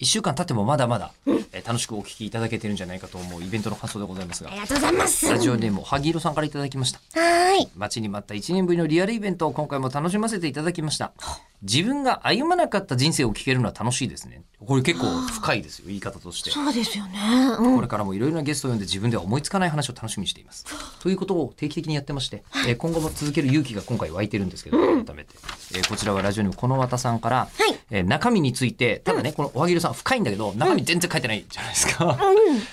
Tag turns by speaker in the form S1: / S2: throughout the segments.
S1: 1週間経ってもまだまだ、えー楽しくお聞きいただけてるんじゃないかと思うイベントの感想でございますが
S2: ありがとうございます。
S1: ラ
S2: は
S1: ジオネーム萩色さんからいただきました
S2: ーい。
S1: 待ちに待った1年ぶりのリアルイベントを今回も楽しませていただきました自分が歩まなかった人生を聞けるのは楽しいですねこれ結構深いですよ言い方として
S2: そうですよね。うん。
S1: これからもいろいろなゲストを呼んで自分では思いつかない話を楽しみにしています。ということを定期的にやってまして、えー今後も続ける勇気が今回湧いてるんですけど、改めて。えーこちらはラジオにもこのわたさんから、えー中身について、ただね、このおはぎるさん深いんだけど、中身全然書いてないじゃないですか。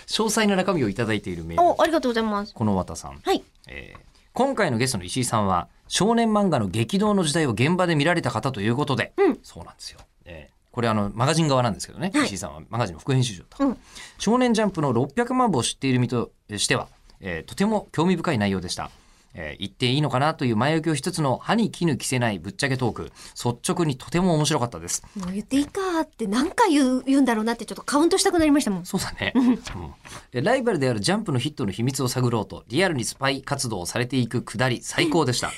S1: 詳細な中身をいただいているメールです
S2: お、ありがとうございます。
S1: このわたさん。
S2: はい。
S1: えー今回のゲストの石井さんは少年漫画の激動の時代を現場で見られた方ということで、
S2: うん
S1: そうなんですよ、えーこれあのマガジン側なんですけどね、
S2: はい
S1: 石井さんはマガジンの副編集長と、
S2: うん
S1: 少年ジャンプの600万部を知っている身としては、えーとても興味深い内容でした、えー言っていいのかなという前置きを一つの歯に衣着せないぶっちゃけトーク率直にとても面白かったです
S2: もう言っていいかって何回言う言うんだろうなってちょっとカウントしたくなりましたもん。
S1: そうだね、うんえ、ライバルであるジャンプのヒットの秘密を探ろうとリアルにスパイ活動をされていくくだり最高で した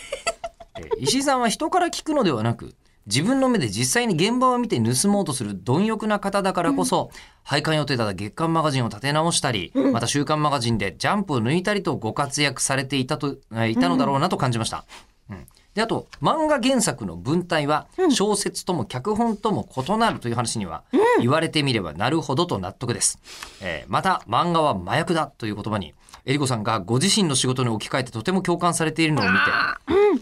S1: え石井さんは人から聞くのではなく自分の目で実際に現場を見て盗もうとする貪欲な方だからこそ、廃刊予定だった月刊マガジンを立て直したり、また週刊マガジンでジャンプを抜いたりとご活躍されていたと、えいたのだろうなと感じました。うんであと漫画原作の文体は小説とも脚本とも異なるという話には言われてみればなるほどと納得です、えーまた漫画は麻薬だという言葉にえりこさんがご自身の仕事に置き換えてとても共感されているのを見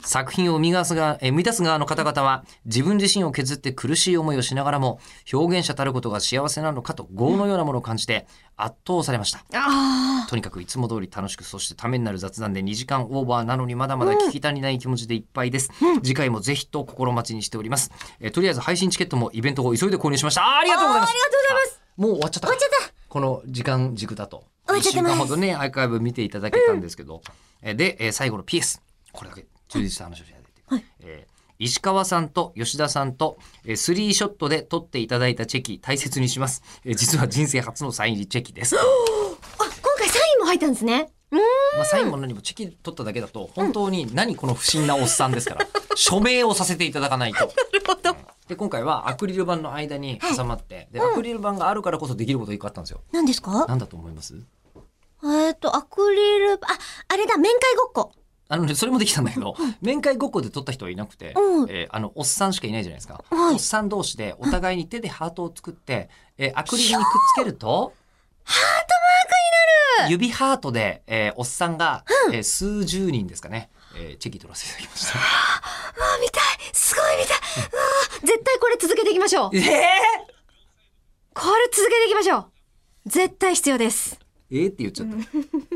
S1: て作品を生み出すがえー生み出す側の方々は自分自身を削って苦しい思いをしながらも表現者たることが幸せなのかと業のようなものを感じて圧倒されました
S2: あ
S1: とにかくいつも通り楽しくそしてためになる雑談で2時間オーバーなのにまだまだ聞き足りない気持ちでいっぱいです、次回もぜひと心待ちにしております、えーとりあえず配信チケットもイベントを急いで購入しましたあーありがとうございます
S2: あーありがとうございます
S1: もう終わっちゃった
S2: 終わっちゃった
S1: この時間軸だと
S2: 終わ
S1: 1
S2: っちゃっ
S1: 週
S2: てます
S1: 間ほどねアーカイブ見ていただけたんですけど、えーで、えー最後の PS これだけ充実した話をしないで、
S2: はい
S1: えー石川さんと吉田さんとえースリーショットで撮っていただいたチェキ大切にします。えー実は人生初のサイン入りチェキ です。
S2: あ、今回サインも入ったんですね。うん。
S1: まあ、サインも何もチェキ取っただけだと本当に何この不審なおっさんですから署名をさせていただかないと。うんで今回はアクリル板の間に挟まってでアクリル板があるからこそできることが一個あったんですよ。
S2: 何ですか
S1: なんだと思います
S2: えっと、アクリル、あ、あれだ、面会ごっこ。
S1: あのね、それもできたんだけど、面会ごっこで撮った人はいなくて、
S2: うん
S1: えーあの、おっさんしかいないじゃないですか。
S2: は
S1: お
S2: い
S1: っさん同士で、お互いに手でハートを作って、えーアクリルにくっつけると、ハートマークになる指ハートで、えーおっさんが、えー数十人ですかね、えーチェキ取らせていただきました。
S2: あ、見たいすごい見たいあ絶対これ続けていきましょうこれ
S1: え
S2: 続けていきましょう絶対必要です。
S1: えー、えーって言っちゃった。